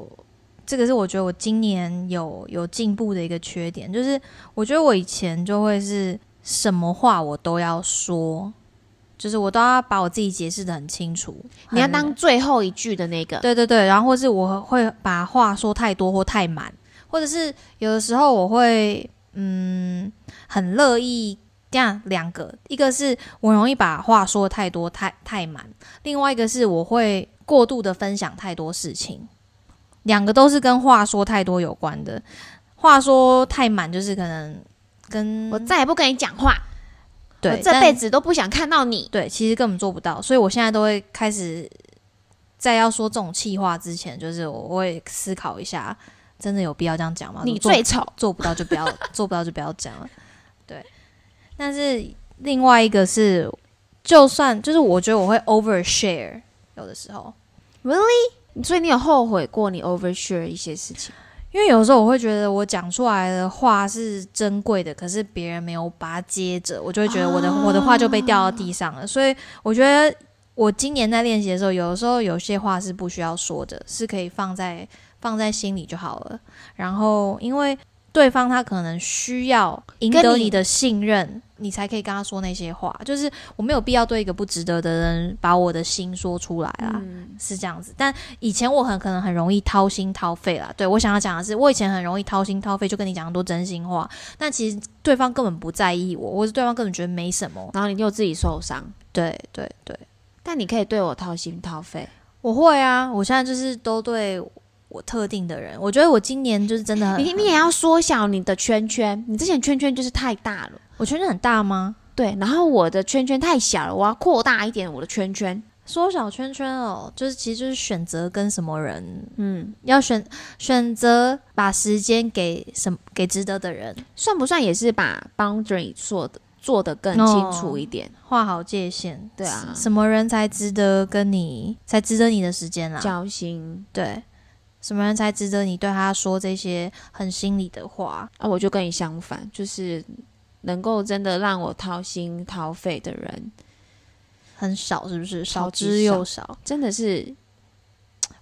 这个是我觉得我今年有有进步的一个缺点，就是我觉得我以前就会是什么话我都要说，就是我都要把我自己解释的很清楚。
你要
很
当最后一句的那个。
对对对，然后或是我会把话说太多或太满，或者是有的时候我会嗯很乐意这样两个，一个是我容易把话说太多太太满，另外一个是我会过度的分享太多事情，两个都是跟话说太多有关的。话说太满就是可能跟
我再也不跟你讲话，
对
我这
但
辈子都不想看到你。
对，其实根本做不到，所以我现在都会开始在要说这种气话之前，就是我会思考一下，真的有必要这样讲吗？
啊你
做
最丑，
做不到就不要，做不到就不要讲了。对，但是另外一个是，就算就是我觉得我会 over share，有的时候，
所以你有后悔过你 overshare 一些事情？
因为有时候我会觉得我讲出来的话是珍贵的，可是别人没有把它接着，我就会觉得我的、我的话就被掉到地上了。所以我觉得我今年在练习的时候，有的时候有些话是不需要说的，是可以放在放在心里就好了。然后因为对方他可能需要赢
跟
得
你
你的信任，你才可以跟他说那些话。就是我没有必要对一个不值得的人把我的心说出来啦。是这样子，但以前我很可能很容易掏心掏肺啦。对我想要讲的是，我以前很容易掏心掏肺，就跟你讲很多真心话，但其实对方根本不在意我，或者对方根本觉得没什么。
然后你又自己受伤，
对对对，
但你可以对我掏心掏肺。
我会啊，我现在就是都对我特定的人，我觉得我今年就是真的很，
你你也要缩小你的圈圈，你之前圈圈就是太大了，
我圈圈很大吗？
对。然后我的圈圈太小了，我要扩大一点我的圈圈。
缩小圈圈哦，就是其实就是选择跟什么人，
嗯，
要选选择把时间给什么给值得的人，
算不算也是把 boundary 做的做的更清楚一点？
画好界限。
对啊
什么人才值得跟你才值得你的时间啦？啊
交心
对，什么人才值得你对他说这些很心里的话？
啊，我就跟你相反，就是能够真的让我掏心掏肺的人，
很少是不是？
超
少
级
之又少。
真的是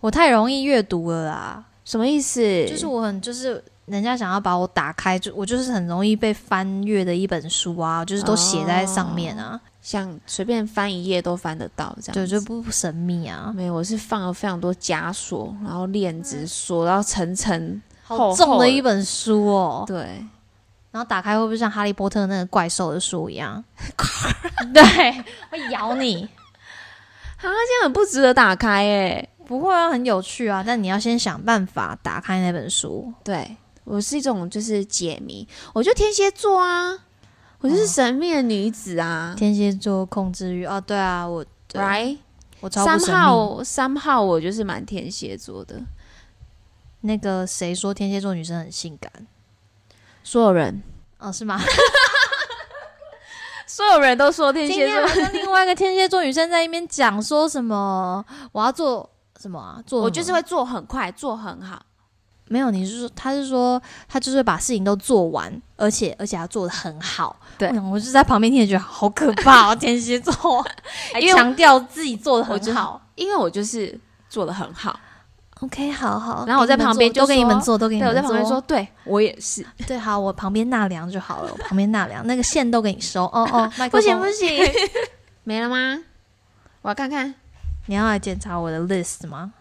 我太容易阅读了啦，
什么意思？
就是我很就是人家想要把我打开，就我就是很容易被翻阅的一本书啊，就是都写在上面啊。
想随便翻一页都翻得到哦这样
对，
子。嗯
就不神秘啊，
没有，我是放了非常多枷锁，然后链子锁到层层，
好
厚
重
厚
的
的
一本书哦。
对，
然后打开会不会像哈利波特那个怪兽的书一 样？
啊
对， 会咬你。
这样很不值得打开欸诶、
不会啊，很有趣啊，但你要先想办法打开那本书。
对我是一种就是解谜，我就天蝎座啊，我就是神秘的女子啊、
天蝎座控制欲哦，对啊，我对
r i g
我
h
超
t
不
三
神秘。
号三号我就是蛮天蝎座的，
那个谁说天蝎座女生很性感？
所有人
哦，是吗？
所有人都说天啊
今
蝎
天
座
好像另外一个天蝎座女生在那边讲说什么，我要做什么啊？做
我
什么
就是会做很快，做很好。
没有，你是说他是说他就是把事情都做完，而且而且还做的很好。
对
我想我就在旁边听，也觉得好可 怕哦，天蝎座还
因为我
强调自己做的
我就
很好。
因为我就是做的很好，
OK，好好。
然后我在旁边就
都给你们
说
做，都给你
对，
们做。
我在旁边说，，对我也是，
对，好，我旁边纳凉就好了，我旁边纳凉，那个线都给你收。哦哦，麦克
不行
风
不行， 没了吗？我要看 看，
你要来检查我的 list 吗？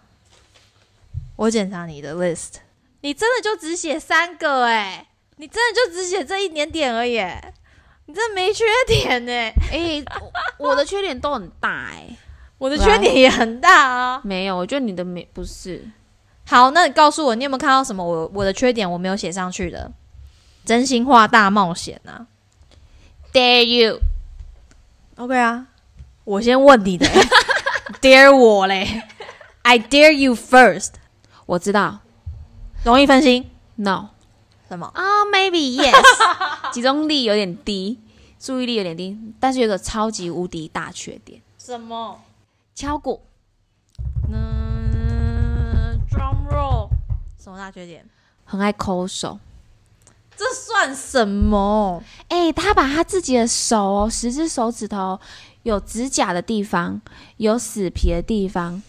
我检查你的 list，你真的就只写三个哎、你真的就只写这一点点而已、欸，你真的没缺点哎、
哎、我我的缺点都很大哎、
我的
来
缺点也很大啊。
没有，我觉得你的没不是，
好，那你告诉我，你有没有看到什么我我的缺点我没有写上去的？真心话大冒险啊
dare you，
！OK 啊，我先问你 的、d a r e 我嘞，I dare you first，
我知道
容易分心
，no，
什么？
啊、m a y b e yes，集 中力有点低，注意力有点低，但是有一个超级无敌大缺点，
什么？
敲鼓，
嗯，drum roll，什么大缺点？
很爱抠手。
这算什么？
哎、他把他自己的手哦，十只手指头有指甲的地方，有死皮的地方，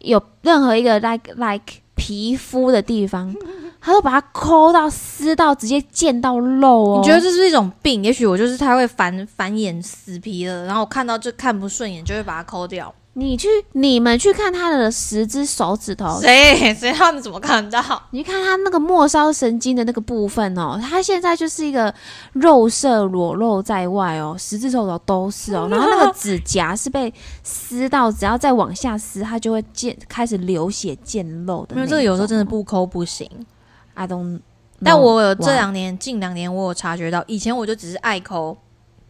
有任何一个 like like 皮肤的地方，他都把它抠到、撕到，直接见到肉哦。
你觉得这是一种病？也许我就是太会繁繁衍死皮了，然后我看到就看不顺眼，就会把它抠掉。
你去你们去看他的十只手指头，
谁谁让你怎么看到？
你去看他那个末梢神经的那个部分哦，他现在就是一个肉色裸露在外哦，十只手指头都是 哦，然后那个指甲是被撕到，只要再往下撕，它就会见开始流血见肉的那种。
没有，这个有时候真的不抠不行。
I don't，
但我有这
why
两年近两年，我有察觉到，以前我就只是爱抠，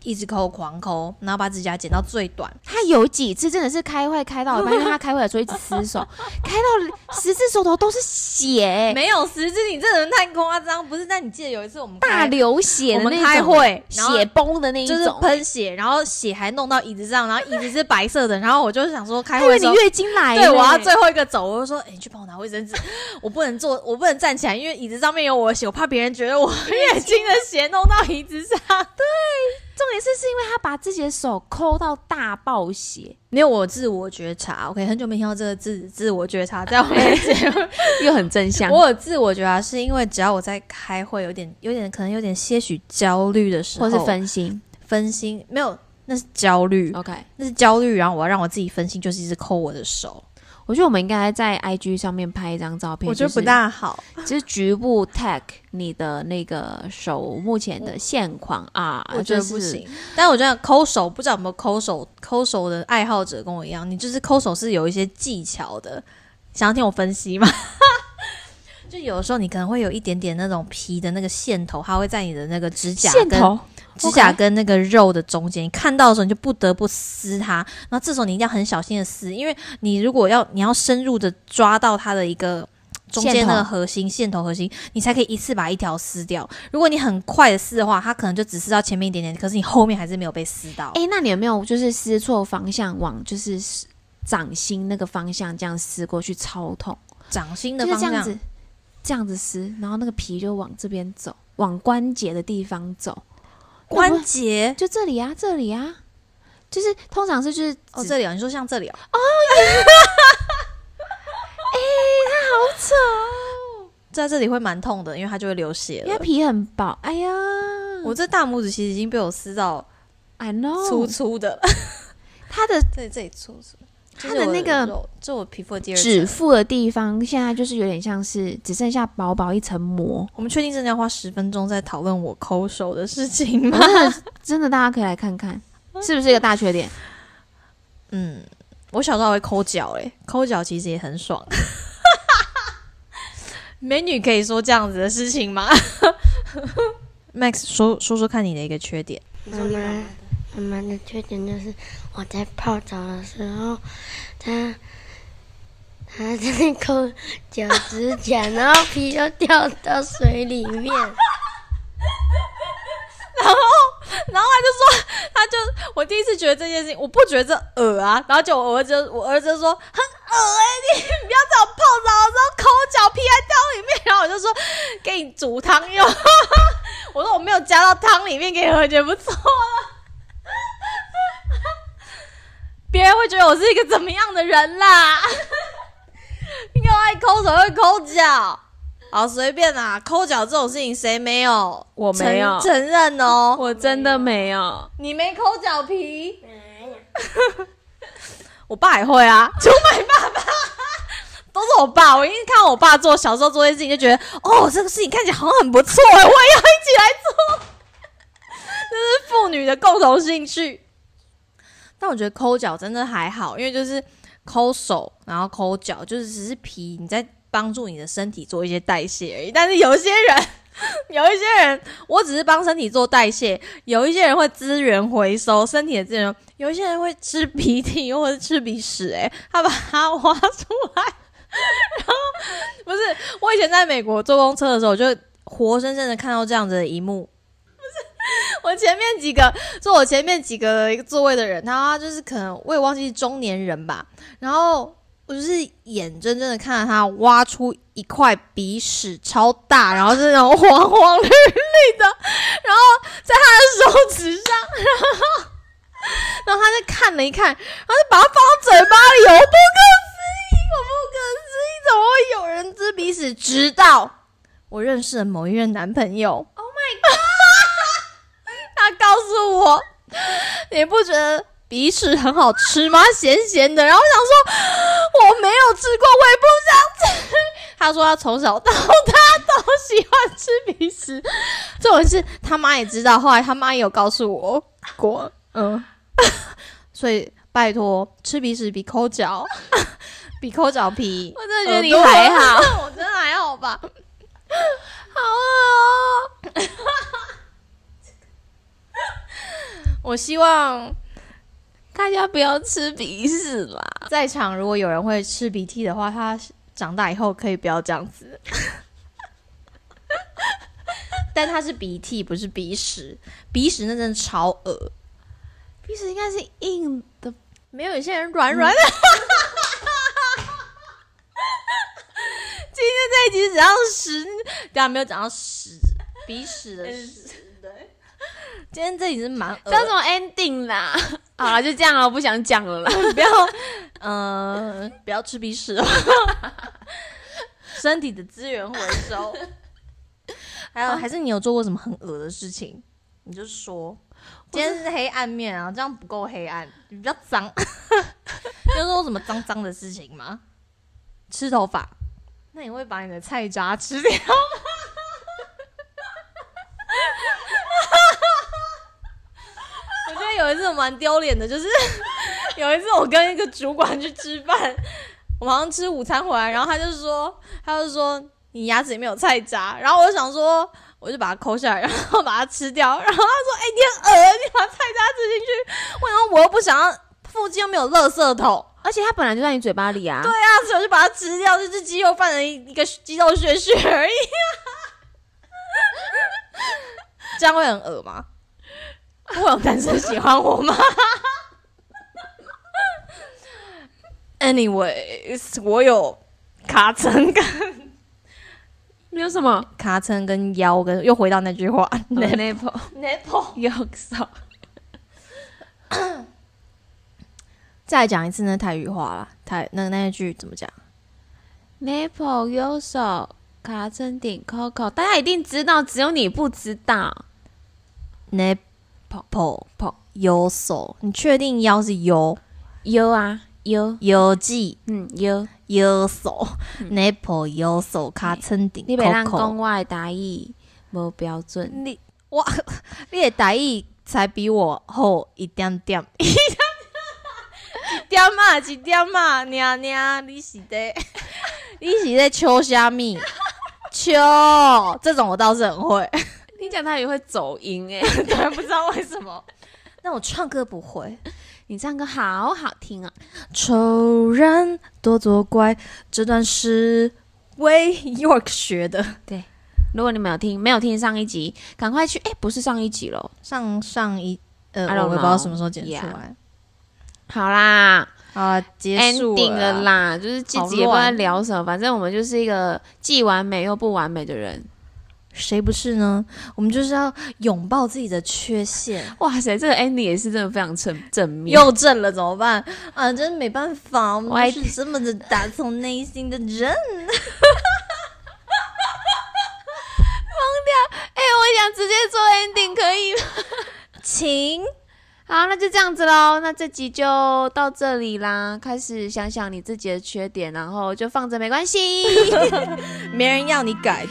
一直抠狂抠，然后把指甲剪到最短。
他有几次真的是开会开到一半，因为他开会的时候一直撕手， 开到十只手头都是血、
没有十只，你这人太夸张。不是，但你记得有一次我们
大
开
流血
我
的那
们
种，
开会，然后
血崩的那一种，
就是喷血，然后血还弄到椅子上，然后椅子是白色的，然后我就想说开
他以
会
为
的
你
时候，
月经来了、
对我要最后一个走，我就说，哎、你去帮我拿卫生纸，我不能坐，我不能站起来，因为椅子上面有我的血，我怕别人觉 得我月经的血弄到椅子上。
重点是是因为他把自己的手抠到大爆血，
没有我自我觉察，OK，很久没听到这个字，自我觉察，在我们的 节目，
又很正向
我有自我觉察，是因为只要我在开会，有点、有点可能有点些许焦虑的时候，
或是分心。
分哦心，没有，那是焦虑，
OK，
那是焦虑，然后我要让我自己分心，就是一直抠我的手。
我觉得我们应该在 IG 上面拍一张照片，
我觉得不，大好。
就是局部 tag 你的那个手目前的现况啊，
我觉得
就是
不行，。但我觉得抠手，不知道有没有抠手抠手的爱好者跟我一样，你就是抠手是有一些技巧的。想要听我分析吗？ 就有的时候你可能会有一点点那种皮的那个线头，它会在你的那个指甲
线
跟
头
指甲
OK
跟那个肉的中间，你看到的时候你就不得不撕它。然后这时候你一定要很小心的撕，因为你如果要你要深入的抓到它的一个中间
线头
那个核心线头核心，你才可以一次把一条撕掉。如果你很快的撕的话，它可能就只撕到前面一点点，可是你后面还是没有被撕到。
哎、那你有没有就是撕错方向往就是掌心那个方向这样撕过去，超痛，
掌心的
就
方
是这
向
样子这样子撕，然后那个皮就往这边走，往关节的地方走，
关节
就这里啊，这里啊，就是通常是就是
哦，
指
这里哦，你说像这里哦，哦，耶，哎，它好丑。在这里会蛮痛的，因为它就会流血
因为
了。
皮很薄，哎呀，
我这大拇指其实已经被我撕到
I know，
粗粗的，
它的
对，这里粗粗。
它的那个
肉，这我皮肤的第二层。
指腹的地方，现在就是有点像是只剩下薄薄一层 膜。
我们确定真的要花十分钟在讨论我抠手的事情
嗯
吗？
真的，大家可以来看 看，是不是一个大缺点？
嗯， 我小时候还会抠脚，哎，抠脚其实也很爽。 美女可以说这样子的事情吗 ？Max，说说说看你的一个缺点。
妈妈，妈妈的缺点就是我在泡澡的时候，她她在抠脚趾甲，然后皮就掉到水里面。
然后， 然后他就说，他就我第一次觉得这件事情，我不觉得这恶啊。然后就我儿子就，我儿子就说很恶哎、 你不要在我泡澡的时候抠脚皮还掉里面。然后我就说给你煮汤用， 我说我没有加到汤里面给你喝，觉得不错啊了。 别人会觉得我是一个怎么样的人啦？ 你给我爱抠手会抠脚，好随便啦、抠脚这种事情谁没有？
我没有
承承认哦。
我真的没有。
你没抠脚皮？ 我爸也会啊，出卖爸爸， 都是我爸。我一看我爸做小时候做这些事情，就觉得哦，这个事情看起来好像很不错 哎，我也要一起来做。 这是父女的共同兴趣。但我觉得抠脚真的还好，因为就是抠手，然后抠脚，就是只是皮，你在帮助你的身体做一些代谢而已。但是有一些人， 有一些人，我只是帮身体做代谢，有一些人会资源回收身体的资源，有一些人会吃鼻涕或者吃鼻屎、欸，他把它挖出来，然 后不是我以前在美国坐公车的时候，我就活生生的看到这样子的一幕。不是我前面几个坐我前面几个座位的人，他就是可能我也忘记是中年人吧，然后我就是眼睁睁的看着他挖出一块鼻屎超大，然后是那种黄黄绿绿的，然后在他的手指上，然后然后他就看了一看，然后就把它放到嘴巴里，我不可思议，我不可思议，怎么会有人吃鼻屎？直到我认识了某一任男朋友，Oh my god！他告诉我， 你不觉得鼻屎很好吃吗？咸咸的。然后我想说，我没有吃过，我也不想吃。他说他从小到大都喜欢吃鼻屎，这种事他妈也知道，后来他妈也有告诉我过，嗯， 所以拜托，吃鼻屎比抠脚， 比抠脚皮，
我真的觉得你还好，
好， 我真的还好吧，好恶哦。 我希望
大家不要吃鼻屎啦。
在场如果有人会吃鼻涕的话，他长大以后可以不要这样子。 但他是鼻涕，不是鼻屎，鼻屎那真的超恶。
鼻屎应该是硬的，
没有有些人软软的。嗯 今天这一集只讲屎，等一下没有讲到屎，鼻屎的屎。今天这集是蛮恶
叫什么 ending 啦？好了，就这样了，我不想讲了啦。
不要， 呃，不要吃鼻屎 哦，身体的资源回收。还有，还是你有做过什么很恶的事情？你就说，今天是黑暗面啊，这样不够黑暗，你比较脏。 你有做过什么脏脏的事情吗？吃头发？那你会把你的菜渣吃掉？ 我觉得有一次蛮丢脸的，就是 有一次我跟一个主管去吃饭， 我好像吃午餐回来，然后他就说，他就说你牙齿里面有菜渣，然后我就想说，我就把它抠下来，然后把它吃掉，然后他说，哎、你很恶心，你把菜渣吃进去，我想说我又不想要，附近又没有垃圾桶。
而且它本来就在你嘴巴里啊。
对啊，所以我就把它吃掉，就是鸡肉饭的一一个鸡肉屑屑而已、 啊。这样会很恶吗？会有男生喜欢我吗？Anyways，我有卡层跟
没有什么。
卡层跟腰跟，又回到那句话
n a p l e
，nipple。
y o s
再讲一次那台语话啦，台那那一句怎么讲？
n a p l e y o s 卡森顶 Coco，大家一定知道，只有你不知道。
nipple
po
有手，你确定腰是有
优啊优，
有记
嗯优，
有手，nipple 有手卡撑顶
你别让
Coco
讲我的答义无标准，
你哇， 你的台语才比我好一点 点，一点点，一点嘛，一点嘛，娘娘，你是在， 你是在秋虾米？秋这种我倒是很会，
你讲台语会走音 哎、
但不知道为什么。但我唱歌不会。
你唱歌好好听啊！
仇人多作怪，这段是威 York 学的，
如果你没有听，没有听上一集，赶快去哎、不是上一集咯，
上上一呃，
I don't
我也不知道
know
什么时候剪出
Yeah
来。
好啦，
啊，结束
ending
了
了
啦。
啦，就是自
好
己也不知道
乱
聊什么，反正我们就是一个既完美又不完美的人。
谁不是呢？我们就是要拥抱自己的缺陷。
哇塞，这个 ending 也是真的非常正正面。
又正了怎么办啊？真没办法，我
我还
们就是这么的打从内心的人。
哎、我想直接做 ending 可以吗？
请
好，那就这样子喽，那这集就到这里啦。开始想想你自己的缺点，然后就放着没关系。
没人要你改，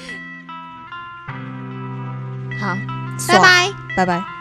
好，拜
爽
拜。
拜拜。